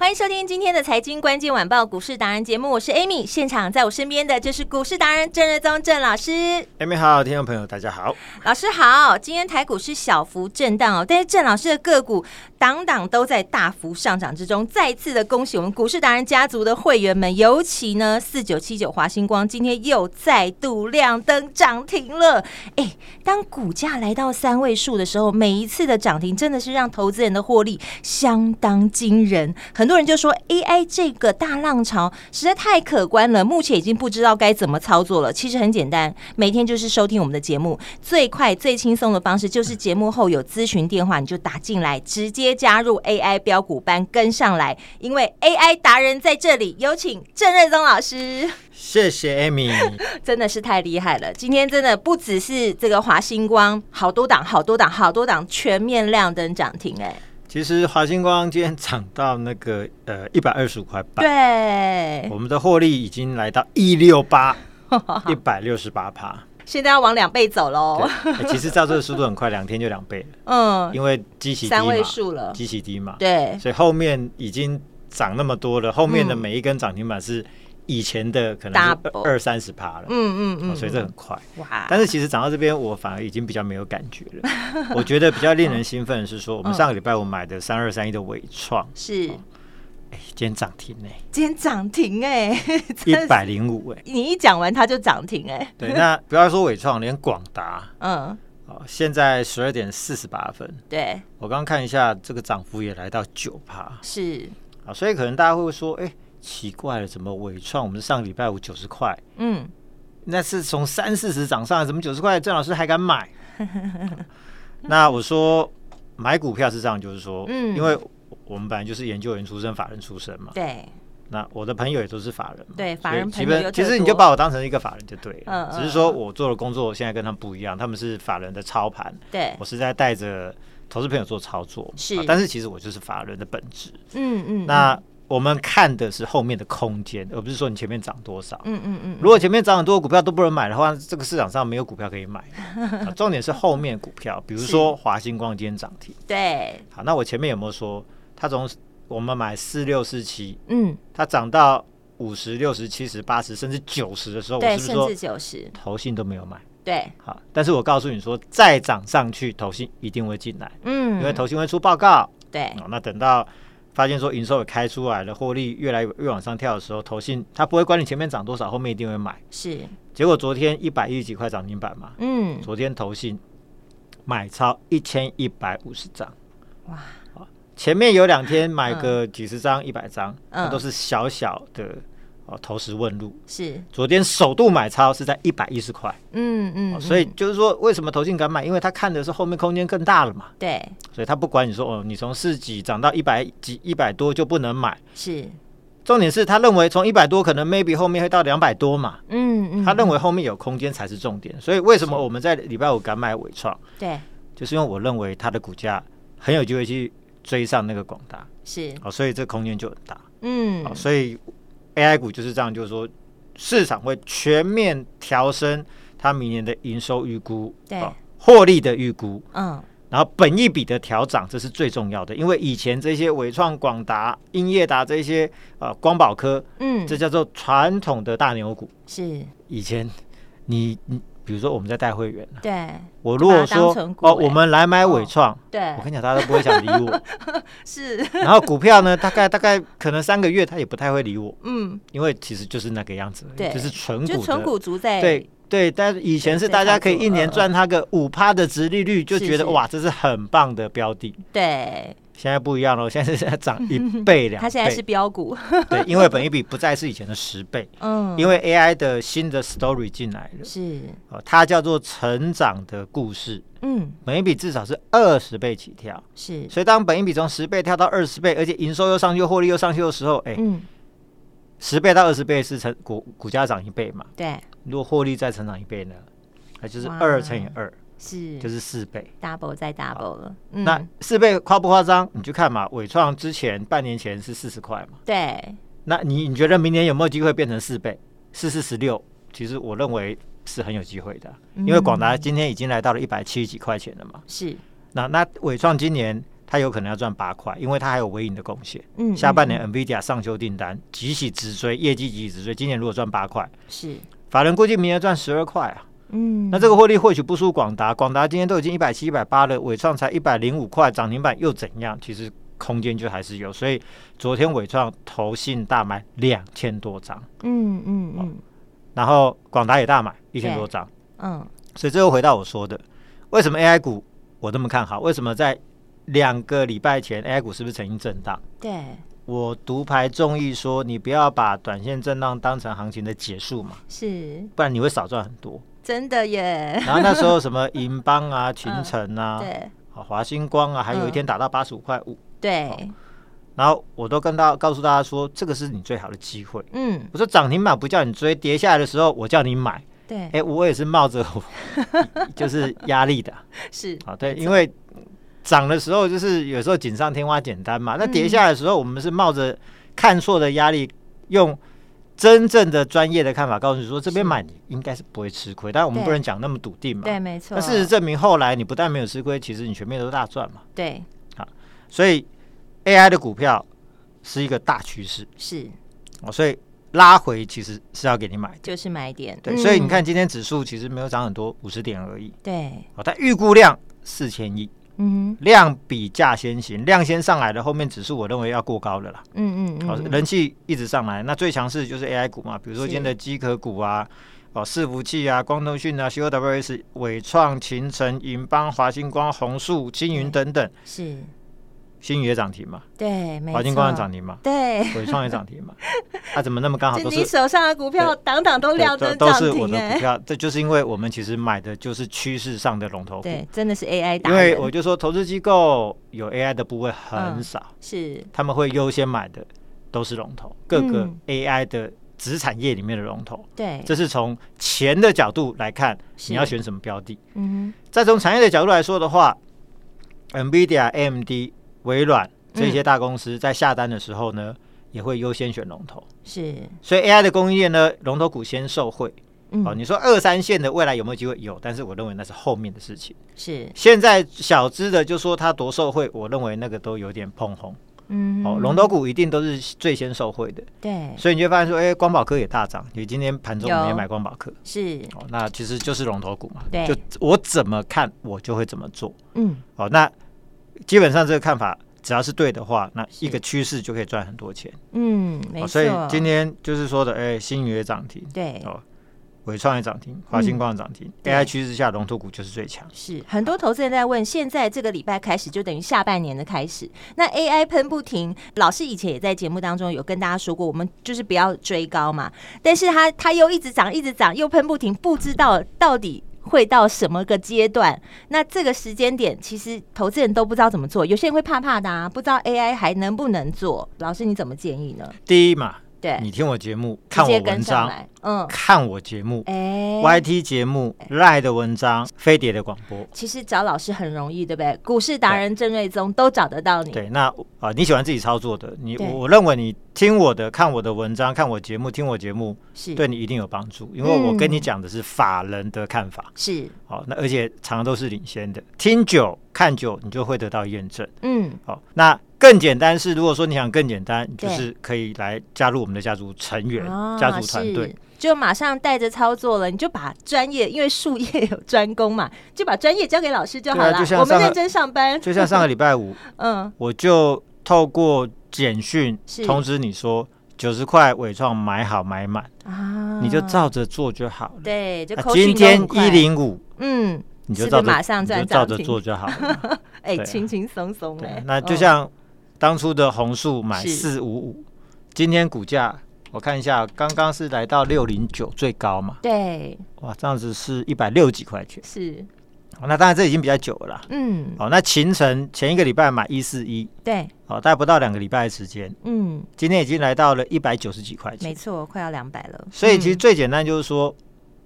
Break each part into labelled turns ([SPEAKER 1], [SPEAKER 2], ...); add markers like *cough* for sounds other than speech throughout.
[SPEAKER 1] 欢迎收听今天的财经关键晚报股市达人节目，我是 Amy，现场在我身边的就是股市达人郑瑞宗郑老师。
[SPEAKER 2] Amy 好，听众朋友大家好。
[SPEAKER 1] 老师好，今天台股是小幅震荡哦，但是郑老师的个股档档都在大幅上涨之中，再次的恭喜我们股市达人家族的会员们，尤其呢四九七九华星光今天又再度亮灯涨停了。哎，当股价来到三位数的时候，每一次的涨停真的是让投资人的获利相当惊人，很多人就说 AI 这个大浪潮实在太可观了，目前已经不知道该怎么操作了。其实很简单，每天就是收听我们的节目，最快最轻松的方式就是节目后有咨询电话，你就打进来，直接加入 AI 标股班跟上来，因为 AI 达人在这里，有请郑瑞宗老师。
[SPEAKER 2] 谢谢 Amy，
[SPEAKER 1] 真的是太厉害了！今天真的不只是这个华星光，好多档、好多档、好多档全面亮灯涨停、哎
[SPEAKER 2] 其实华星光今天涨到那个呃一百二十五块半，
[SPEAKER 1] 哎，
[SPEAKER 2] 我们的获利已经来到一
[SPEAKER 1] *laughs*
[SPEAKER 2] 六八一百六十八趴。
[SPEAKER 1] 对，现在要往两倍走
[SPEAKER 2] 对
[SPEAKER 1] 喽，
[SPEAKER 2] 哎其实照这个速度很快，两天就两倍了，
[SPEAKER 1] 嗯，
[SPEAKER 2] 因为基期低
[SPEAKER 1] 三位
[SPEAKER 2] 嘛，
[SPEAKER 1] 数了，
[SPEAKER 2] 基期低嘛，
[SPEAKER 1] 对，
[SPEAKER 2] 所以后面已经涨那么多了，后面的
[SPEAKER 1] 嗯
[SPEAKER 2] 每一根涨停板是以前的可能是
[SPEAKER 1] Double
[SPEAKER 2] 二二三十趴了，
[SPEAKER 1] 嗯嗯
[SPEAKER 2] 哦
[SPEAKER 1] 嗯，
[SPEAKER 2] 所以这很快。
[SPEAKER 1] 哇，
[SPEAKER 2] 但是其实涨到这边，我反而已经比较没有感觉了。我觉得比较令人兴奋的是说，我们上个礼拜我买的三二三一的伟创，
[SPEAKER 1] 是
[SPEAKER 2] 哎今天涨停呢，
[SPEAKER 1] 今天涨停哎、
[SPEAKER 2] 一
[SPEAKER 1] *laughs* 真的
[SPEAKER 2] 百零五
[SPEAKER 1] *laughs*
[SPEAKER 2] 哎。
[SPEAKER 1] 你一讲完它就涨停哎、
[SPEAKER 2] 对，那不要说伟创，连广达
[SPEAKER 1] 嗯，
[SPEAKER 2] 哦，现在十二点四十八分，
[SPEAKER 1] 对，
[SPEAKER 2] 我刚看一下，这个涨幅也来到九趴
[SPEAKER 1] 是，
[SPEAKER 2] 啊，所以可能大家会说，哎、奇怪了，怎么伟创我们上礼拜五九十块，
[SPEAKER 1] 嗯，
[SPEAKER 2] 那是从三四十涨上来，怎么九十块郑老师还
[SPEAKER 1] *laughs*
[SPEAKER 2] 敢买？那我说买股票是这样，就是说，
[SPEAKER 1] 嗯
[SPEAKER 2] 因为我们本来就是研究员出身、法人出身嘛。
[SPEAKER 1] 对，
[SPEAKER 2] 那我的朋友也都是法人嘛，
[SPEAKER 1] 对
[SPEAKER 2] 所以
[SPEAKER 1] 法人朋
[SPEAKER 2] 基
[SPEAKER 1] 友
[SPEAKER 2] 本
[SPEAKER 1] 又特
[SPEAKER 2] 其实你
[SPEAKER 1] 多
[SPEAKER 2] 就把我当成一个法人就对了。
[SPEAKER 1] 嗯嗯
[SPEAKER 2] 只是说我做的工作现在跟他们不一样，他们是法人的操盘，
[SPEAKER 1] 对
[SPEAKER 2] 我，是在带着投资朋友做操作。
[SPEAKER 1] 是
[SPEAKER 2] 啊但是其实我就是法人的本质。
[SPEAKER 1] 嗯嗯，
[SPEAKER 2] 那我们看的是后面的空间，而不是说你前面涨多少。
[SPEAKER 1] 嗯，嗯嗯嗯，
[SPEAKER 2] 如果前面涨很多的股票都不能买的话，这个市场上没有股票可
[SPEAKER 1] *laughs*
[SPEAKER 2] 以买。啊重点是后面股票，比如说华星光今天涨停。
[SPEAKER 1] 对，
[SPEAKER 2] 好，那我前面有没有说它从我们买四六四七，
[SPEAKER 1] 嗯，
[SPEAKER 2] 它涨到五十六十七十八十甚至九十的时候，我
[SPEAKER 1] 对，
[SPEAKER 2] 是不是
[SPEAKER 1] 甚
[SPEAKER 2] 说
[SPEAKER 1] 至九十，
[SPEAKER 2] 投信都没有买？
[SPEAKER 1] 对，
[SPEAKER 2] 好，但是我告诉你说，再涨上去，投信一定会进来，
[SPEAKER 1] 嗯，
[SPEAKER 2] 因为投信会出报告。
[SPEAKER 1] 对
[SPEAKER 2] 哦，那等到发现说营收也开出来了，获利越来越往上跳的时候，投信它不会管你前面涨多少，后面一定会买。
[SPEAKER 1] 是，
[SPEAKER 2] 结果昨天一百一十几块涨停板嘛，
[SPEAKER 1] 嗯，
[SPEAKER 2] 昨天投信买超一千一百五十张，
[SPEAKER 1] 哇，
[SPEAKER 2] 前面有两天买个几十张、一百张，
[SPEAKER 1] 嗯
[SPEAKER 2] 那都是小小的哦投石问路。
[SPEAKER 1] 是，
[SPEAKER 2] 昨天首度买超是在一百一十块，
[SPEAKER 1] 嗯嗯，
[SPEAKER 2] 哦
[SPEAKER 1] 嗯
[SPEAKER 2] 所以就是说为什么投信敢买？因为他看的是后面空间更大了嘛，
[SPEAKER 1] 对，
[SPEAKER 2] 所以他不管你说哦，你从四几涨到一百几、一百多就不能买。
[SPEAKER 1] 是，
[SPEAKER 2] 重点是他认为从一百多可能 maybe 后面会到两百多嘛，
[SPEAKER 1] 嗯嗯，
[SPEAKER 2] 他认
[SPEAKER 1] 嗯
[SPEAKER 2] 为后面有空间才是重点。所以为什么我们在礼拜五敢买伟创？
[SPEAKER 1] 对，
[SPEAKER 2] 就是因为我认为它的股价很有机会去追上那个广达，
[SPEAKER 1] 是，
[SPEAKER 2] 哦，所以这空间就很大，
[SPEAKER 1] 嗯
[SPEAKER 2] 哦，，所以 AI 股就是这样，就是说市场会全面调升它明年的营收预估，
[SPEAKER 1] 对
[SPEAKER 2] 哦获利的预估，
[SPEAKER 1] 嗯，
[SPEAKER 2] 然后本益比的调整，这是最重要的，因为以前这些伟创、广达、英业达这些呃光宝科，
[SPEAKER 1] 嗯，
[SPEAKER 2] 这叫做传统的大牛股，
[SPEAKER 1] 是，
[SPEAKER 2] 以前你你比如说我们在带会员，
[SPEAKER 1] 对，
[SPEAKER 2] 我如果
[SPEAKER 1] 把它当
[SPEAKER 2] 说
[SPEAKER 1] 成股
[SPEAKER 2] 哦，
[SPEAKER 1] 欸
[SPEAKER 2] 我们来买伟创。
[SPEAKER 1] 对
[SPEAKER 2] 我，跟你讲，大家都不会想理我。
[SPEAKER 1] 是，
[SPEAKER 2] 然后股票呢，大概大概可能三个月，他也不太会理我，
[SPEAKER 1] 嗯，
[SPEAKER 2] 因为其实就是那个样子而已，
[SPEAKER 1] 对
[SPEAKER 2] 就是纯股
[SPEAKER 1] 就
[SPEAKER 2] 的
[SPEAKER 1] 纯股族在，
[SPEAKER 2] 对对，但是以前是大家可以一年赚它个五趴的值利率，就觉
[SPEAKER 1] 是是
[SPEAKER 2] 得哇，这是很棒的标的。
[SPEAKER 1] 对，
[SPEAKER 2] 现在不一样了，现在是涨一倍两倍。
[SPEAKER 1] 它现在是标股，
[SPEAKER 2] 对，因为本益比不再是以前的十倍，
[SPEAKER 1] 嗯，
[SPEAKER 2] 因为 AI 的新的 story 进来了，
[SPEAKER 1] 是，
[SPEAKER 2] 哦，它叫做成长的故事，
[SPEAKER 1] 嗯，
[SPEAKER 2] 本益比至少是二十倍起跳。
[SPEAKER 1] 是，
[SPEAKER 2] 所以当本益比从十倍跳到二十倍，而且营收又上去，获利又上去的时候，哎、
[SPEAKER 1] 嗯，
[SPEAKER 2] 十倍到二十倍是成股股价涨一倍嘛？
[SPEAKER 1] 对，
[SPEAKER 2] 如果获利再成长一倍呢？那就是
[SPEAKER 1] 哇
[SPEAKER 2] 二乘以二，
[SPEAKER 1] 是，
[SPEAKER 2] 就是四倍。
[SPEAKER 1] double 再 double 了，嗯
[SPEAKER 2] 那四倍夸不夸张？你去看嘛，伟创之前半年前是四十块嘛，
[SPEAKER 1] 对，
[SPEAKER 2] 那你你觉得明年有没有机会变成四倍？四四十六，其实我认为是很有机会的，
[SPEAKER 1] 嗯
[SPEAKER 2] 因为广达今天已经来到了一百七十几块钱了嘛。
[SPEAKER 1] 是，
[SPEAKER 2] 那那伟创今年它有可能要赚八块，因为它还有微影的贡献。
[SPEAKER 1] 嗯，
[SPEAKER 2] 下半
[SPEAKER 1] 嗯
[SPEAKER 2] 年 NVIDIA 上修订单，急起直追，业绩急起直追。今年如果赚八块，
[SPEAKER 1] 嗯是，
[SPEAKER 2] 法人估计明年赚十二块啊。
[SPEAKER 1] 嗯，
[SPEAKER 2] 那这个获利或许不输广达，广达今天都已经一百七、一百八了，伟创才一百零五块，涨停板又怎样？其实空间就还是有。所以昨天伟创投信大买两千多张，
[SPEAKER 1] 嗯嗯嗯
[SPEAKER 2] 然后广达也大买一千多张。
[SPEAKER 1] 嗯，
[SPEAKER 2] 所以这又回到我说的，为什么 AI 股我这么看好？为什么在两个礼拜前 AI 股是不是曾经震荡？
[SPEAKER 1] 对，
[SPEAKER 2] 我独排众议说，你不要把短线震荡当成行情的结
[SPEAKER 1] *laughs*
[SPEAKER 2] 束嘛，
[SPEAKER 1] 是
[SPEAKER 2] 不然你会少赚很多。
[SPEAKER 1] 真的耶，
[SPEAKER 2] 然后那时候什么银
[SPEAKER 1] *laughs*
[SPEAKER 2] 邦啊、群城啊、
[SPEAKER 1] 嗯对嗯
[SPEAKER 2] 啊华星光啊，还有一天打到八十五块五，
[SPEAKER 1] 对，
[SPEAKER 2] 然后我都跟大告诉大家说，这个是你最好的机会。
[SPEAKER 1] 嗯
[SPEAKER 2] 我说涨停板不叫你追，跌下来的时候我叫你买。
[SPEAKER 1] 对，
[SPEAKER 2] 哎，我也 *laughs* 是冒着就是压力的
[SPEAKER 1] 是
[SPEAKER 2] 啊，对，因为涨的时候就是有时候锦上添花简单嘛，那
[SPEAKER 1] 嗯
[SPEAKER 2] 跌下来的时候我们是冒着看错的压力，用真正的专业的看法告诉你说，这边买你应该是不会吃亏，但我们
[SPEAKER 1] 对
[SPEAKER 2] 不能讲那么笃定嘛。
[SPEAKER 1] 对，没错，
[SPEAKER 2] 但事实证明，后来你不但没有吃亏，其实你全面都大赚嘛。
[SPEAKER 1] 对
[SPEAKER 2] 所以 AI 的股票是一个大趋势
[SPEAKER 1] 是
[SPEAKER 2] 哦，所以拉回其实是要给你买的。
[SPEAKER 1] 就是买点，
[SPEAKER 2] 对，
[SPEAKER 1] 嗯
[SPEAKER 2] 所以你看今天指数其实没有涨很多，五十点而已。
[SPEAKER 1] 对，
[SPEAKER 2] 哦，但预估量四千亿，
[SPEAKER 1] 嗯哼
[SPEAKER 2] 量比价先行，量先上来的，后面指数我认为要过高的啦。
[SPEAKER 1] 嗯嗯
[SPEAKER 2] 哦，
[SPEAKER 1] 嗯，
[SPEAKER 2] 人气一直上来，那最强势就是 AI 股嘛，比如说
[SPEAKER 1] 是
[SPEAKER 2] 今天的机壳股啊，哦，伺服器啊，光通讯啊，COWS、伟创、秦城、银邦、华星光、宏树、青云等等，
[SPEAKER 1] 是
[SPEAKER 2] 星宇也涨停嘛，
[SPEAKER 1] 对，没错，
[SPEAKER 2] 华星光也涨停嘛，
[SPEAKER 1] 对，
[SPEAKER 2] 伟创也
[SPEAKER 1] *laughs*
[SPEAKER 2] 涨停嘛，啊，怎么那么刚好
[SPEAKER 1] 就
[SPEAKER 2] 都
[SPEAKER 1] 你
[SPEAKER 2] 是？
[SPEAKER 1] 手上的股票，档档都亮
[SPEAKER 2] 对
[SPEAKER 1] 灯
[SPEAKER 2] 都
[SPEAKER 1] 涨
[SPEAKER 2] 是我
[SPEAKER 1] 停，
[SPEAKER 2] 的股
[SPEAKER 1] 哎，
[SPEAKER 2] 票，这就是因为我们其实买的就是趋势上的龙头股，
[SPEAKER 1] 对，真的是 AI 打人，
[SPEAKER 2] 因为我就说投资机构有 AI 的部位很
[SPEAKER 1] 嗯
[SPEAKER 2] 少，
[SPEAKER 1] 是
[SPEAKER 2] 他们会优先买的都是龙头，各个
[SPEAKER 1] 嗯
[SPEAKER 2] AI 的子产业里面的龙头。
[SPEAKER 1] 对，
[SPEAKER 2] 这是从钱的角度来看，
[SPEAKER 1] 是
[SPEAKER 2] 你要选什么标的。
[SPEAKER 1] 嗯
[SPEAKER 2] 再从产业的角度来说的话，NVIDIA、AMD、
[SPEAKER 1] 嗯
[SPEAKER 2] 微软这些大公司在下单的时候呢，也会优先选龙头。
[SPEAKER 1] 哼是，
[SPEAKER 2] 所以 AI 的供应链呢，龙头股先受惠。哦，
[SPEAKER 1] 嗯
[SPEAKER 2] 你说二三线的未来有没有机会？有，但是我认为那是后面的事情。
[SPEAKER 1] 是，
[SPEAKER 2] 现在小资的就说它多受惠，我认为那个都有点碰红。
[SPEAKER 1] 嗯
[SPEAKER 2] 哦，
[SPEAKER 1] 哼
[SPEAKER 2] 龙头股一定都是最先受惠的，
[SPEAKER 1] 对
[SPEAKER 2] 所以你就发现说，哎、光宝科也大涨，你今天盘中我们也
[SPEAKER 1] 有
[SPEAKER 2] 买光宝科，
[SPEAKER 1] 是，
[SPEAKER 2] 哦，那其实就是龙头股嘛，
[SPEAKER 1] 对
[SPEAKER 2] 就我怎么看我就会怎么做，
[SPEAKER 1] 嗯
[SPEAKER 2] 哦，那基本上这个看法只要是对的话，那一个趋势就可以赚很多钱，
[SPEAKER 1] 嗯，没
[SPEAKER 2] 哦，
[SPEAKER 1] 错，
[SPEAKER 2] 所以今天就是说的，哎、新宇也涨停，
[SPEAKER 1] 对嗯
[SPEAKER 2] 哦，伟创也涨停，华星光也涨停、
[SPEAKER 1] 对
[SPEAKER 2] a i 趋势下龙头股就是最强，
[SPEAKER 1] 是很多投资人在问，现在这个礼拜开始就等于下半年的开始。那 AI 喷不停，老师以前也在节目当中有跟大家说过，我们就是不要追高嘛。但是它它又一直涨，一直涨，又喷不停，不知道到底会到什么个阶段。那这个时间点，其实投资人都不知道怎么做，有些人会怕怕的啊，不知道 AI 还能不能做。老师你怎么建议呢？
[SPEAKER 2] 第一嘛，
[SPEAKER 1] 对，
[SPEAKER 2] 你听我节目，
[SPEAKER 1] 直
[SPEAKER 2] 看
[SPEAKER 1] 接
[SPEAKER 2] 我
[SPEAKER 1] 跟
[SPEAKER 2] 文
[SPEAKER 1] 上
[SPEAKER 2] 章，
[SPEAKER 1] 来，嗯，
[SPEAKER 2] 看我节目，
[SPEAKER 1] 哎
[SPEAKER 2] YT 节目、赖的文章、飞碟的广播。
[SPEAKER 1] 其实找老师很容易，对不对？股市达人郑瑞宗都找得到你。
[SPEAKER 2] 对，那啊、你喜欢自己操作的，你
[SPEAKER 1] 对
[SPEAKER 2] 我我认为你听我的、看我的文章、看我节目、听我节目，
[SPEAKER 1] 是
[SPEAKER 2] 对你一定有帮助，因为我跟
[SPEAKER 1] 嗯
[SPEAKER 2] 你讲的是法人的看法，
[SPEAKER 1] 是，
[SPEAKER 2] 好、那而且常常都是领先的，听久看久，你就会得到验证。
[SPEAKER 1] 嗯，
[SPEAKER 2] 好、那更简单是，如果说你想更简单，你就
[SPEAKER 1] 对
[SPEAKER 2] 是可以来加入我们的家族成员、
[SPEAKER 1] 啊
[SPEAKER 2] 家族团
[SPEAKER 1] 是
[SPEAKER 2] 队。
[SPEAKER 1] 就马上带着操作了，你就把专业，因为术业有专攻嘛，就把专业交给老师就好
[SPEAKER 2] 对啊
[SPEAKER 1] 了。
[SPEAKER 2] 就像
[SPEAKER 1] 我们
[SPEAKER 2] 上个
[SPEAKER 1] 认真上班，
[SPEAKER 2] 就像上个礼拜五，
[SPEAKER 1] 嗯，
[SPEAKER 2] 我就透过简讯
[SPEAKER 1] 是
[SPEAKER 2] 通知你说，九十块伟创买好买满，
[SPEAKER 1] 啊，
[SPEAKER 2] 你就照着做就好了。
[SPEAKER 1] 对，就
[SPEAKER 2] 啊
[SPEAKER 1] 口
[SPEAKER 2] 今
[SPEAKER 1] 讯都
[SPEAKER 2] 天
[SPEAKER 1] 很
[SPEAKER 2] 一
[SPEAKER 1] 快，
[SPEAKER 2] 零五，
[SPEAKER 1] 嗯，
[SPEAKER 2] 你
[SPEAKER 1] 是
[SPEAKER 2] 就
[SPEAKER 1] 不
[SPEAKER 2] 照
[SPEAKER 1] 是
[SPEAKER 2] 着
[SPEAKER 1] 马上
[SPEAKER 2] 你就
[SPEAKER 1] 赚涨
[SPEAKER 2] 照着
[SPEAKER 1] 停 *laughs*
[SPEAKER 2] 做就好了嘛。
[SPEAKER 1] 哎，
[SPEAKER 2] 对啊
[SPEAKER 1] 轻轻松松
[SPEAKER 2] 对
[SPEAKER 1] 哎，
[SPEAKER 2] 那就
[SPEAKER 1] 嗯
[SPEAKER 2] 像当初的红树买
[SPEAKER 1] 是
[SPEAKER 2] 四五五，今天股价我看一下，刚刚是来到六零九最高嘛，
[SPEAKER 1] 对，
[SPEAKER 2] 哇，这样子是一百六几块钱。
[SPEAKER 1] 是，
[SPEAKER 2] 哦那当然这已经比较久了啦。
[SPEAKER 1] 嗯，
[SPEAKER 2] 哦，那秦城前一个礼拜买一四一，
[SPEAKER 1] 对，
[SPEAKER 2] 哦，大概不到两个礼拜的时间，
[SPEAKER 1] 嗯，
[SPEAKER 2] 今天已经来到了一百九十几块
[SPEAKER 1] 没
[SPEAKER 2] 钱。
[SPEAKER 1] 错，快要两百了，
[SPEAKER 2] 所以其实最简单就是说，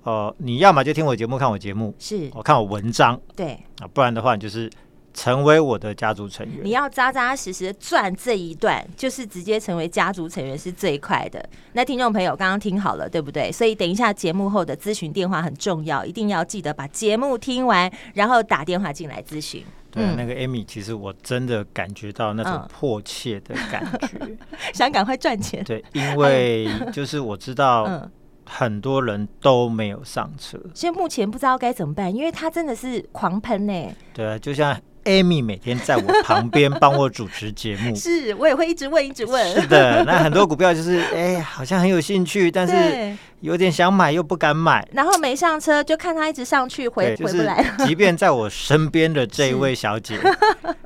[SPEAKER 2] 呃，你要么就听我节目，看我节目，
[SPEAKER 1] 嗯是
[SPEAKER 2] 我、看我文章
[SPEAKER 1] 对，
[SPEAKER 2] 啊，不然的话你就是成为我的家族成员。
[SPEAKER 1] 你要扎扎实实的赚这一段，就是直接成为家族成员是最快的。那听众朋友刚刚听好了，对不对？所以等一下节目后的咨询电话很重要，一定要记得把节目听完，然后打电话进来咨询。
[SPEAKER 2] 对、啊
[SPEAKER 1] 嗯
[SPEAKER 2] 那个 Amy，其实我真的感觉到那
[SPEAKER 1] 嗯
[SPEAKER 2] 种迫切的感觉。
[SPEAKER 1] *laughs* 想赶快赚钱，
[SPEAKER 2] 对，因为就是我知道
[SPEAKER 1] 哎嗯。
[SPEAKER 2] 很多人都没有上车。
[SPEAKER 1] 现在目前不知道该怎么办，因为他真的是狂喷呢、
[SPEAKER 2] 对啊，就像 Amy 每天在我旁边帮我主持节
[SPEAKER 1] *laughs*
[SPEAKER 2] 目。
[SPEAKER 1] 是我也会一直问，一直
[SPEAKER 2] 是
[SPEAKER 1] 问。
[SPEAKER 2] 的，那很多股票就是哎、好像很有兴趣，但是
[SPEAKER 1] 对，
[SPEAKER 2] 有点想买又不敢买。
[SPEAKER 1] 然后没上车，就看他一直上去，回
[SPEAKER 2] 对，就
[SPEAKER 1] 回不
[SPEAKER 2] 是
[SPEAKER 1] 来。
[SPEAKER 2] 即便在我身边的这一位小姐，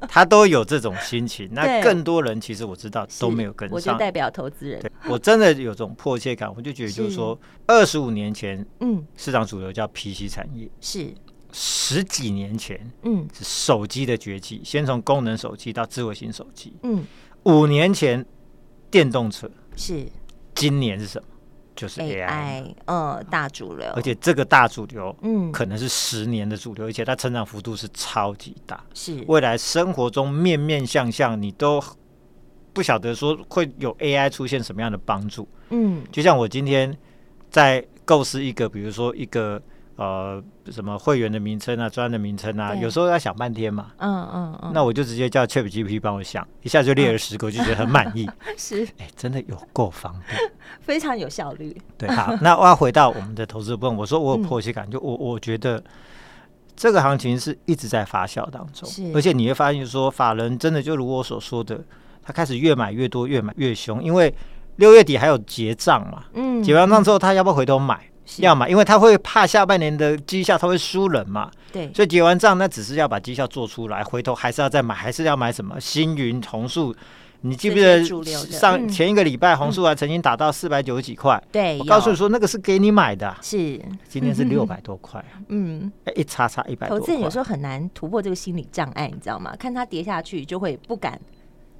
[SPEAKER 2] 她都有这种心情。那
[SPEAKER 1] 对
[SPEAKER 2] 更多人其实我知道都没有跟
[SPEAKER 1] 我就
[SPEAKER 2] 上。
[SPEAKER 1] 代表投资人。
[SPEAKER 2] 对我真的有种迫切感，我就觉得就是说，二十五年前
[SPEAKER 1] 嗯，
[SPEAKER 2] 市场主流叫 PC 产业，
[SPEAKER 1] 是，
[SPEAKER 2] 十几年前
[SPEAKER 1] 嗯
[SPEAKER 2] 是手机的崛起，先从功能手机到智慧型手机，
[SPEAKER 1] 嗯，
[SPEAKER 2] 五年前电动车，
[SPEAKER 1] 是
[SPEAKER 2] 今年是什么？就是 AI，,
[SPEAKER 1] AI，呃，大主流，
[SPEAKER 2] 而且这个大主流。
[SPEAKER 1] 嗯，
[SPEAKER 2] 可能是十年的主流，而且它成长幅度是超级大。
[SPEAKER 1] 是
[SPEAKER 2] 未来生活中面面相向，你都不晓得说会有 AI 出现什么样的帮助。
[SPEAKER 1] 嗯
[SPEAKER 2] 就像我今天在构思一个，比如说一个呃什么会员的名称啊、专案的名称啊，
[SPEAKER 1] 对
[SPEAKER 2] 有时候要想半天嘛。
[SPEAKER 1] 嗯嗯嗯，
[SPEAKER 2] 那我就直接叫 ChatGPT 帮我想，一下就列了十个，我就觉得很满
[SPEAKER 1] *laughs*
[SPEAKER 2] 意。
[SPEAKER 1] 是
[SPEAKER 2] 哎、真的有够方便。
[SPEAKER 1] 非常有效率。
[SPEAKER 2] 对，好，那我要回到我们的投资部分，我说
[SPEAKER 1] 嗯
[SPEAKER 2] 我有迫切感，就我我觉得这个行情是一直在发酵当中
[SPEAKER 1] 是，
[SPEAKER 2] 而且你会发现说，法人真的就如我所说的，他开始越买越多，越买越凶，因为六月底还有结账嘛，
[SPEAKER 1] 嗯，
[SPEAKER 2] 结完账之后，他要不要回头买？
[SPEAKER 1] 是
[SPEAKER 2] 要嘛，因为他会怕下半年的绩效他会输人嘛，
[SPEAKER 1] 对，
[SPEAKER 2] 所以结完账那只是要把绩效做出来，回头还是要再买，还是要买什么星云、红树。你记不记
[SPEAKER 1] 这
[SPEAKER 2] 得
[SPEAKER 1] 些主流的
[SPEAKER 2] 上
[SPEAKER 1] 嗯
[SPEAKER 2] 前一个礼拜红树还曾经打到四百九十几块？
[SPEAKER 1] 对，
[SPEAKER 2] 我告诉
[SPEAKER 1] 有
[SPEAKER 2] 你说，那个是给你
[SPEAKER 1] *laughs*
[SPEAKER 2] 买的啊，
[SPEAKER 1] 是，
[SPEAKER 2] 今天是
[SPEAKER 1] 嗯嗯嗯
[SPEAKER 2] 六百多块啊，
[SPEAKER 1] 嗯，
[SPEAKER 2] 哎一差差一百
[SPEAKER 1] 投
[SPEAKER 2] 多
[SPEAKER 1] 资人有时
[SPEAKER 2] 块。
[SPEAKER 1] 候很难突破这个心理障碍，你知道吗？看他跌下去就会不敢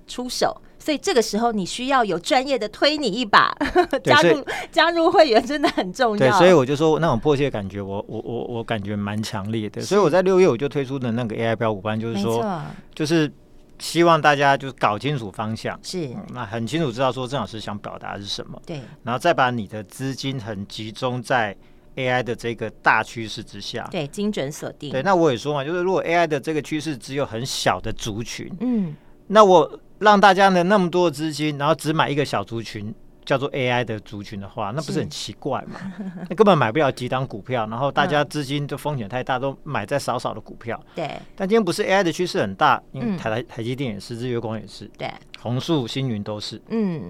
[SPEAKER 1] 出手，所以这个时候你需要有专业的推你一把， *laughs* 加
[SPEAKER 2] 所以
[SPEAKER 1] 入加入会员真的很重
[SPEAKER 2] 对，
[SPEAKER 1] 要。
[SPEAKER 2] 所以我就说那种迫切的感觉，我我我我感觉蛮强烈的，所以我在六月我就推出的那个 AI 标股班，就是
[SPEAKER 1] 没
[SPEAKER 2] 说，
[SPEAKER 1] 错，
[SPEAKER 2] 就是希望大家就是搞清楚方向，
[SPEAKER 1] 是
[SPEAKER 2] 嗯，那很清楚知道说郑老师想表达的是什么，
[SPEAKER 1] 对，
[SPEAKER 2] 然后再把你的资金很集中在 AI 的这个大趋势之下。
[SPEAKER 1] 对，精准锁定。
[SPEAKER 2] 对，那我也说嘛，就是如果 AI 的这个趋势只有很小的族群，
[SPEAKER 1] 嗯，
[SPEAKER 2] 那我让大家呢那么多资金，然后只买一个小族群，叫做 AI 的族群的话，那不是
[SPEAKER 1] 是
[SPEAKER 2] 很奇怪嘛？ *laughs* 那根本买不了几档股票，然后大
[SPEAKER 1] 嗯
[SPEAKER 2] 家资金就风险太大，都买在少少的股票。
[SPEAKER 1] 对
[SPEAKER 2] 但今天不是 AI 的趋势很大，因
[SPEAKER 1] 嗯
[SPEAKER 2] 为台台台积电也是，日月光也是，
[SPEAKER 1] 对，
[SPEAKER 2] 红树、星云都是，
[SPEAKER 1] 嗯，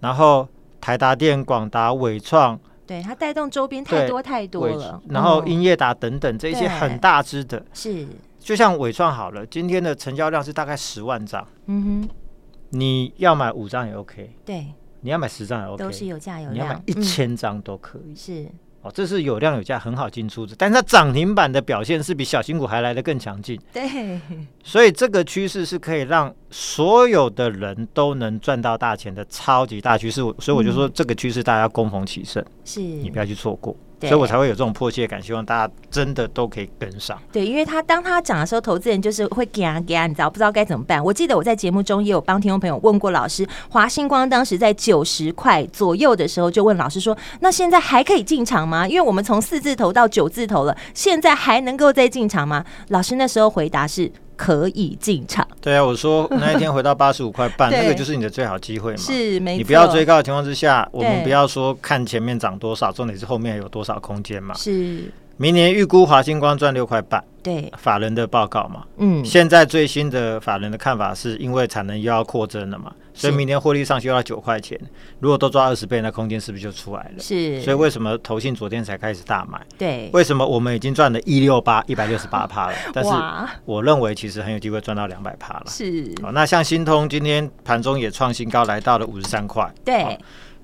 [SPEAKER 2] 然后台达电、广达、伟创、
[SPEAKER 1] 对，它带动周边太
[SPEAKER 2] 对
[SPEAKER 1] 多太多
[SPEAKER 2] 伟
[SPEAKER 1] 了。
[SPEAKER 2] 然后
[SPEAKER 1] 嗯
[SPEAKER 2] 英业达等等这一些
[SPEAKER 1] 对
[SPEAKER 2] 很大只的，
[SPEAKER 1] 是，
[SPEAKER 2] 就像伟创好了，今天的成交量是大概十万张，
[SPEAKER 1] 嗯哼，
[SPEAKER 2] 你要买五张也 OK，
[SPEAKER 1] 对，
[SPEAKER 2] 你要买十张也 OK，
[SPEAKER 1] 都是有价有
[SPEAKER 2] 你要
[SPEAKER 1] 量
[SPEAKER 2] 买，一
[SPEAKER 1] 嗯
[SPEAKER 2] 千张都可以、
[SPEAKER 1] 是，
[SPEAKER 2] 哦，这是有量有价，很好进出的。但是它涨停板的表现是比小型股还来得更强劲，
[SPEAKER 1] 对，
[SPEAKER 2] 所以这个趋势是可以让所有的人都能赚到大钱的超级大趋势。我所以我就说，这个趋势大家要共逢其盛，
[SPEAKER 1] 是，
[SPEAKER 2] 你不要去错过。
[SPEAKER 1] 嗯对
[SPEAKER 2] 所以我才会有这种迫切感，希望大家真的都可以跟上。
[SPEAKER 1] 对，因为他当他讲的时候，投资人就是会给啊给啊，你知道不知道该怎么办？我记得我在节目中也有帮听众朋友问过老师，华星光当时在九十块左右的时候，就问老师说：“那现在还可以进场吗？因为我们从四字头到九字头了，现在还能够再进场吗？”老师那时候回答是可以进场，
[SPEAKER 2] 对啊，
[SPEAKER 1] *laughs*
[SPEAKER 2] 我说那一天回到八十五块半，
[SPEAKER 1] 对
[SPEAKER 2] 那个就是你的最好机会嘛。
[SPEAKER 1] 是没
[SPEAKER 2] 你不要
[SPEAKER 1] 错
[SPEAKER 2] 追高的情况之下，我
[SPEAKER 1] 对
[SPEAKER 2] 们不要说看前面涨多少，重点是后面有多少空间嘛。
[SPEAKER 1] 是
[SPEAKER 2] 明年预估华星光赚六块半，
[SPEAKER 1] 对，
[SPEAKER 2] 法人的报告嘛。
[SPEAKER 1] 嗯，
[SPEAKER 2] 现在最新的法人的看法是因为产能又要扩增了嘛，所以
[SPEAKER 1] 是
[SPEAKER 2] 明年获利上修到九块钱。如果都抓二十倍，那空间是不是就出来了？
[SPEAKER 1] 是，
[SPEAKER 2] 所以为什么投信昨天才开始大买？
[SPEAKER 1] 对，
[SPEAKER 2] 为什么我们已经赚了一六八一百六十八趴了？但是
[SPEAKER 1] 哇，
[SPEAKER 2] 我认为其实很有机会赚到两百趴了。
[SPEAKER 1] 是，
[SPEAKER 2] 好，那像新通今天盘中也创新高，来到了五十三块。
[SPEAKER 1] 对
[SPEAKER 2] 好，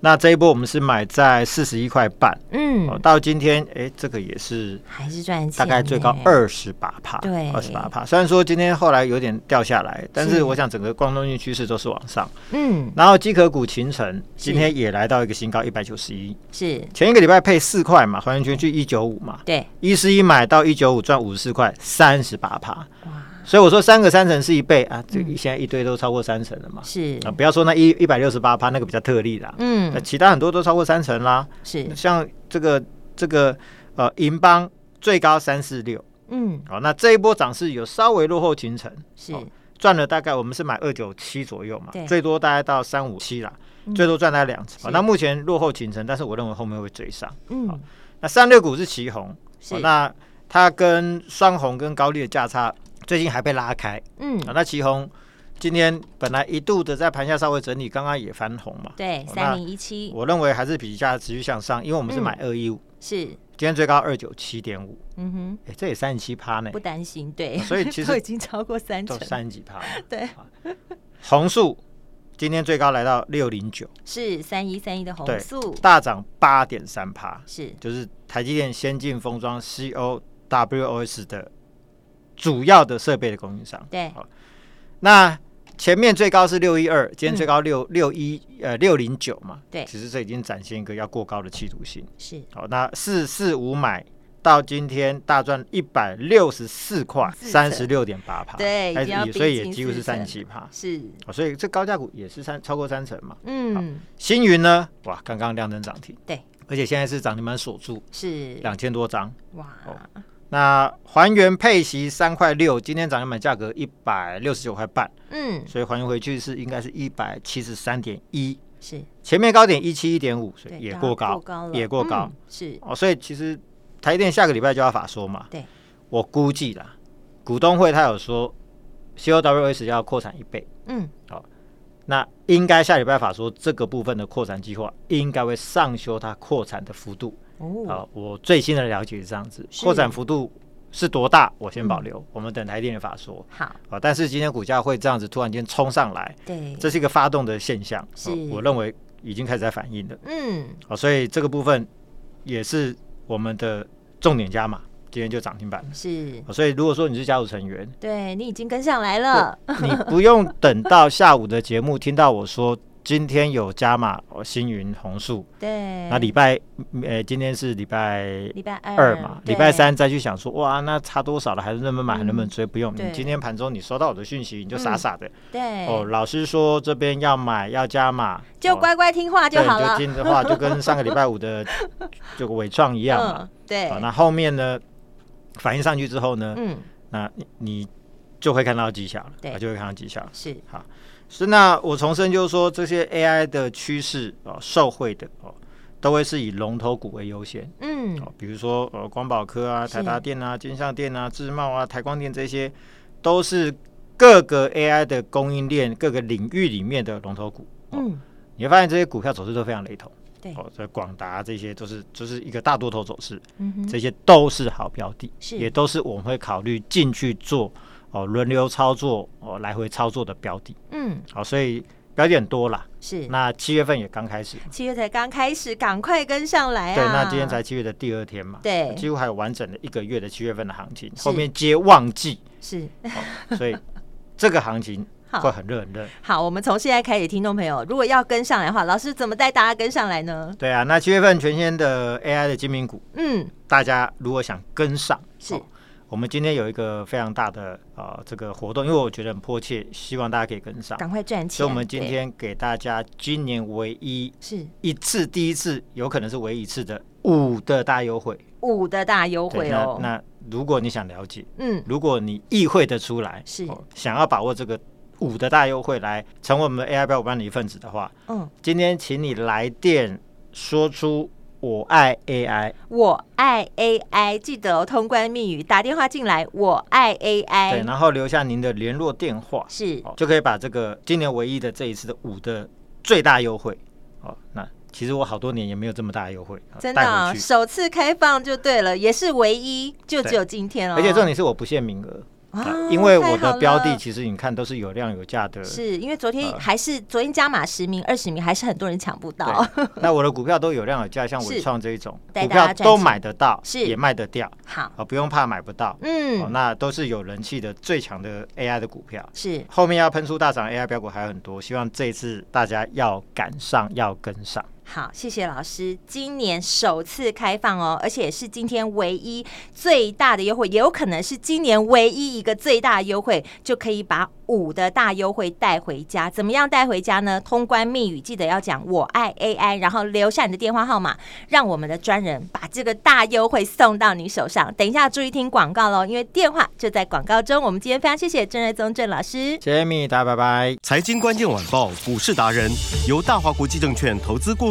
[SPEAKER 2] 那这一波我们是买在四十一块半，哦，
[SPEAKER 1] 嗯，
[SPEAKER 2] 到今天哎、这个也是
[SPEAKER 1] 还是赚钱，
[SPEAKER 2] 大概最高，二十八帕，
[SPEAKER 1] 对
[SPEAKER 2] 二十八帕。虽然说今天后来有点掉下来，但
[SPEAKER 1] 是
[SPEAKER 2] 是我想整个光通讯趋势都是往上。
[SPEAKER 1] 嗯，
[SPEAKER 2] 然后机壳股秦城今天也来到一个新高一百九十一，
[SPEAKER 1] 是，
[SPEAKER 2] 前一个礼拜配四块嘛，还原权去一九五嘛，
[SPEAKER 1] 对，
[SPEAKER 2] 一十一买到一九五赚五十四块，三十八帕。
[SPEAKER 1] 哇，嗯
[SPEAKER 2] 所以我说三个三成是一倍啊，这个现在一堆都超过三成了嘛。
[SPEAKER 1] 是
[SPEAKER 2] 啊，，不要说那一一百六十八趴那个比较特例啦，那
[SPEAKER 1] 嗯，
[SPEAKER 2] 其他很多都超过三成啦。
[SPEAKER 1] 是，
[SPEAKER 2] 像这个这个呃银邦最高三四六，
[SPEAKER 1] 嗯，
[SPEAKER 2] 好，那这一波涨势有稍微落后秦城，
[SPEAKER 1] 是，
[SPEAKER 2] 哦赚了大概我们是买二九七左右嘛
[SPEAKER 1] 对，嗯
[SPEAKER 2] 最多大概到三五七啦，最多赚大概两成、
[SPEAKER 1] 是
[SPEAKER 2] 哦那目前落后秦城，但是我认为后面会追上。
[SPEAKER 1] 嗯，
[SPEAKER 2] 那三六股是旗红，
[SPEAKER 1] 是，
[SPEAKER 2] 那它跟双红跟高丽的价差最近还被拉开，
[SPEAKER 1] 嗯，
[SPEAKER 2] 哦那旗红今天本来一度的在盘下稍微整理，刚刚也翻红嘛，
[SPEAKER 1] 对，
[SPEAKER 2] 哦
[SPEAKER 1] 三
[SPEAKER 2] 那
[SPEAKER 1] 零一七
[SPEAKER 2] 我认为还是比价持续向上，因为我
[SPEAKER 1] 嗯
[SPEAKER 2] 们是买二一五，
[SPEAKER 1] 是，
[SPEAKER 2] 今天最高二九七点五，
[SPEAKER 1] 嗯哼，
[SPEAKER 2] 哎，这也三十七趴呢
[SPEAKER 1] 不，担心，对， *laughs*
[SPEAKER 2] 所以其
[SPEAKER 1] 都
[SPEAKER 2] 实
[SPEAKER 1] 已经超过三
[SPEAKER 2] 都
[SPEAKER 1] 成，
[SPEAKER 2] 三十几趴。
[SPEAKER 1] *laughs* 对，
[SPEAKER 2] 红素今天最高来到六零九，
[SPEAKER 1] 是三一三一的红
[SPEAKER 2] 对
[SPEAKER 1] 素，
[SPEAKER 2] 大涨八点三趴，
[SPEAKER 1] 是，
[SPEAKER 2] 就是台积电先进封装 COWOS 的主要的设备的供应商。
[SPEAKER 1] 对
[SPEAKER 2] 好，那前面最高是六一二，今天最高六六一呃六零九嘛，
[SPEAKER 1] 嗯对
[SPEAKER 2] 其实这已经展现一个要过高的企图心。
[SPEAKER 1] 是，
[SPEAKER 2] 好，那四四五买。到今天大赚一百六十四块，
[SPEAKER 1] 四
[SPEAKER 2] 三
[SPEAKER 1] 成
[SPEAKER 2] 十六点八趴，
[SPEAKER 1] 对
[SPEAKER 2] 哎
[SPEAKER 1] 已经要
[SPEAKER 2] 也所以
[SPEAKER 1] 逼
[SPEAKER 2] 也
[SPEAKER 1] 近
[SPEAKER 2] 几乎是
[SPEAKER 1] 四成
[SPEAKER 2] 三十七趴，
[SPEAKER 1] 是，
[SPEAKER 2] 哦所以这高价股也是三超过三成嘛。
[SPEAKER 1] 嗯，
[SPEAKER 2] 星云呢，哇，刚刚亮灯涨停，
[SPEAKER 1] 对，
[SPEAKER 2] 而且现在是涨停板锁住
[SPEAKER 1] 是，
[SPEAKER 2] 两千多张。
[SPEAKER 1] 哇，
[SPEAKER 2] 那还原配息三块六，今天涨停板价格一百六十九块半，
[SPEAKER 1] 嗯，
[SPEAKER 2] 所以还原回去是应该是一百七十三点一，
[SPEAKER 1] 是，
[SPEAKER 2] 前面高点一七一点五，所
[SPEAKER 1] 对，
[SPEAKER 2] 以也
[SPEAKER 1] 刚
[SPEAKER 2] 过高，
[SPEAKER 1] 过高了，
[SPEAKER 2] 也过高
[SPEAKER 1] 嗯，是，
[SPEAKER 2] 哦。所以其实台电下个礼拜就要法说嘛，
[SPEAKER 1] 对，
[SPEAKER 2] 我估计啦，股东会他有说 COWS 要扩产一倍，
[SPEAKER 1] 嗯，
[SPEAKER 2] 那应该下礼拜法说这个部分的扩产计划，应该会上修它扩产的幅度。
[SPEAKER 1] 哦，
[SPEAKER 2] 好，我最新的了解是这样子，
[SPEAKER 1] 是嗯
[SPEAKER 2] 扩展幅度是多大，我先保留，我们等台电的法说。
[SPEAKER 1] 好，
[SPEAKER 2] 啊，但是今天股价会这样子突然间冲上来，
[SPEAKER 1] 对，
[SPEAKER 2] 这是一个发动的现象，
[SPEAKER 1] 嗯是
[SPEAKER 2] 哦我认为已经开始在反应了。
[SPEAKER 1] 嗯，
[SPEAKER 2] 好，所以这个部分也是我们的重点加码，今天就涨停板了。
[SPEAKER 1] 是，
[SPEAKER 2] 哦所以如果说你是家族成员，
[SPEAKER 1] 对你已经跟上来了，
[SPEAKER 2] *laughs* 你不用等到下午的节目听到我说今天有加码哦星云红树，
[SPEAKER 1] 对，
[SPEAKER 2] 那礼拜呃今天是礼拜
[SPEAKER 1] 哎礼拜
[SPEAKER 2] 二嘛，
[SPEAKER 1] 对嗯
[SPEAKER 2] 礼拜三再去想说哇那差多少了，还是能不能买，还能不能追？不用，
[SPEAKER 1] 对嗯
[SPEAKER 2] 你今天盘中你收到我的讯息，你就傻傻的
[SPEAKER 1] 对
[SPEAKER 2] 哦，老师说这边要买要加码，
[SPEAKER 1] 就
[SPEAKER 2] 哦
[SPEAKER 1] 乖乖听话就
[SPEAKER 2] 对
[SPEAKER 1] 好
[SPEAKER 2] 你
[SPEAKER 1] 了
[SPEAKER 2] 就，听的话就跟上个礼拜五的这个伟创一样嘛
[SPEAKER 1] *laughs* 嗯。，对
[SPEAKER 2] 好，，那后面呢反应上去之后呢，
[SPEAKER 1] 嗯，
[SPEAKER 2] 那你你就会看到绩效了，
[SPEAKER 1] 对
[SPEAKER 2] 啊就会看到绩效了。
[SPEAKER 1] 是，
[SPEAKER 2] 是那我重申就是说，这些 AI 的趋势哦，受惠的哦，都会是以龙头股为优先
[SPEAKER 1] 嗯，
[SPEAKER 2] 哦，比如说呃光宝科啊、
[SPEAKER 1] 是
[SPEAKER 2] 台达电啊、金像电啊、智茂啊、台光电这些，都是各个 AI 的供应链各个领域里面的龙头股。
[SPEAKER 1] 嗯，
[SPEAKER 2] 你会发现这些股票走势都非常雷同。
[SPEAKER 1] 对
[SPEAKER 2] 哦，所以广达这些都是就是一个大多头走势，
[SPEAKER 1] 嗯哼，
[SPEAKER 2] 这些都是好标的，
[SPEAKER 1] 是
[SPEAKER 2] 也都是我们会考虑进去做哦轮流操作哦来回操作的标的。
[SPEAKER 1] 嗯，
[SPEAKER 2] 好，所以标点多啦。
[SPEAKER 1] 是，
[SPEAKER 2] 那七月份也刚开始嘛，
[SPEAKER 1] 七月才刚开始，赶快跟上来啊！
[SPEAKER 2] 对，那今天才七月的第二天嘛，
[SPEAKER 1] 对
[SPEAKER 2] 几乎还有完整的一个月的七月份的行情，
[SPEAKER 1] 是
[SPEAKER 2] 后面接旺季，
[SPEAKER 1] 是 *laughs*
[SPEAKER 2] 哦所以这个行情
[SPEAKER 1] 好
[SPEAKER 2] 会很热很热。
[SPEAKER 1] 好，我们从现在开始，听众朋友如果要跟上来的话，老师怎么带大家跟上来呢？
[SPEAKER 2] 对啊，那七月份全新的 AI 的精品股，
[SPEAKER 1] 嗯，
[SPEAKER 2] 大家如果想跟上，哦
[SPEAKER 1] 是
[SPEAKER 2] 我们今天有一个非常大的呃这个活动，因为我觉得很迫切，希望大家可以跟上。
[SPEAKER 1] 赶快赚钱。
[SPEAKER 2] 所以，我们今
[SPEAKER 1] 对
[SPEAKER 2] 天给大家今年唯一
[SPEAKER 1] 是
[SPEAKER 2] 一次，第一次有可能是唯一一次的五的大优惠。
[SPEAKER 1] 五的大优
[SPEAKER 2] 对
[SPEAKER 1] 惠哦。
[SPEAKER 2] 那那如果你想了解，
[SPEAKER 1] 嗯，
[SPEAKER 2] 如果你意会得出来，
[SPEAKER 1] 是
[SPEAKER 2] 想要把握这个五的大优惠来成为我们 AI 标伙伴的一份子的话，
[SPEAKER 1] 嗯，
[SPEAKER 2] 今天请你来电说出我爱 AI，
[SPEAKER 1] 我爱 AI，记得哦，通关密语，打电话进来，我爱
[SPEAKER 2] 对，
[SPEAKER 1] AI，
[SPEAKER 2] 然后留下您的联络电话，
[SPEAKER 1] 是
[SPEAKER 2] 哦，就可以把这个今年唯一的这一次的五的最大优惠，哦，那其实我好多年也没有这么大的优惠，哦
[SPEAKER 1] 真的
[SPEAKER 2] 带
[SPEAKER 1] 啊、
[SPEAKER 2] 回去，
[SPEAKER 1] 首次开放就对了，也是唯一，就
[SPEAKER 2] 对
[SPEAKER 1] 只有今天了。
[SPEAKER 2] 而且重点是我不限名额，
[SPEAKER 1] 啊，
[SPEAKER 2] 因为
[SPEAKER 1] 太
[SPEAKER 2] 我
[SPEAKER 1] 好
[SPEAKER 2] 的标
[SPEAKER 1] 了
[SPEAKER 2] 的其实你看都是有量有价的，
[SPEAKER 1] 是因为昨天
[SPEAKER 2] 呃
[SPEAKER 1] 还是、昨天加码十名、二十名，还是很多人抢不到。
[SPEAKER 2] 对，那我的股票都有量有价，像
[SPEAKER 1] 是
[SPEAKER 2] 伟创这一种
[SPEAKER 1] 带
[SPEAKER 2] 股
[SPEAKER 1] 大家
[SPEAKER 2] 票
[SPEAKER 1] 赚
[SPEAKER 2] 都
[SPEAKER 1] 钱
[SPEAKER 2] 买得到，
[SPEAKER 1] 是
[SPEAKER 2] 也卖得掉，
[SPEAKER 1] *laughs* 好，
[SPEAKER 2] 啊，不用怕买不到。哦，
[SPEAKER 1] 嗯，
[SPEAKER 2] 那都是有人气的最强的 AI 的股票，
[SPEAKER 1] 是
[SPEAKER 2] 后面要喷出大涨 AI 标股还有很多，希望这一次大家要赶上，要跟上。
[SPEAKER 1] 好，谢谢老师，今年首次开放哦，而且也是今天唯一最大的优惠，也有可能是今年唯一一个最大的优惠，就可以把五的大优惠带回家。怎么样带回家呢？通关密语记得要讲“我爱 AI”，然后留下你的电话号码，让我们的专人把这个大优惠送到你手上。等一下注意听广告喽，因为电话就在广告中。我们今天非常谢谢郑瑞宗郑老师。
[SPEAKER 2] 谢谢米，大家拜拜。
[SPEAKER 3] 财经关键晚报股市达人由大华国际证券投资顾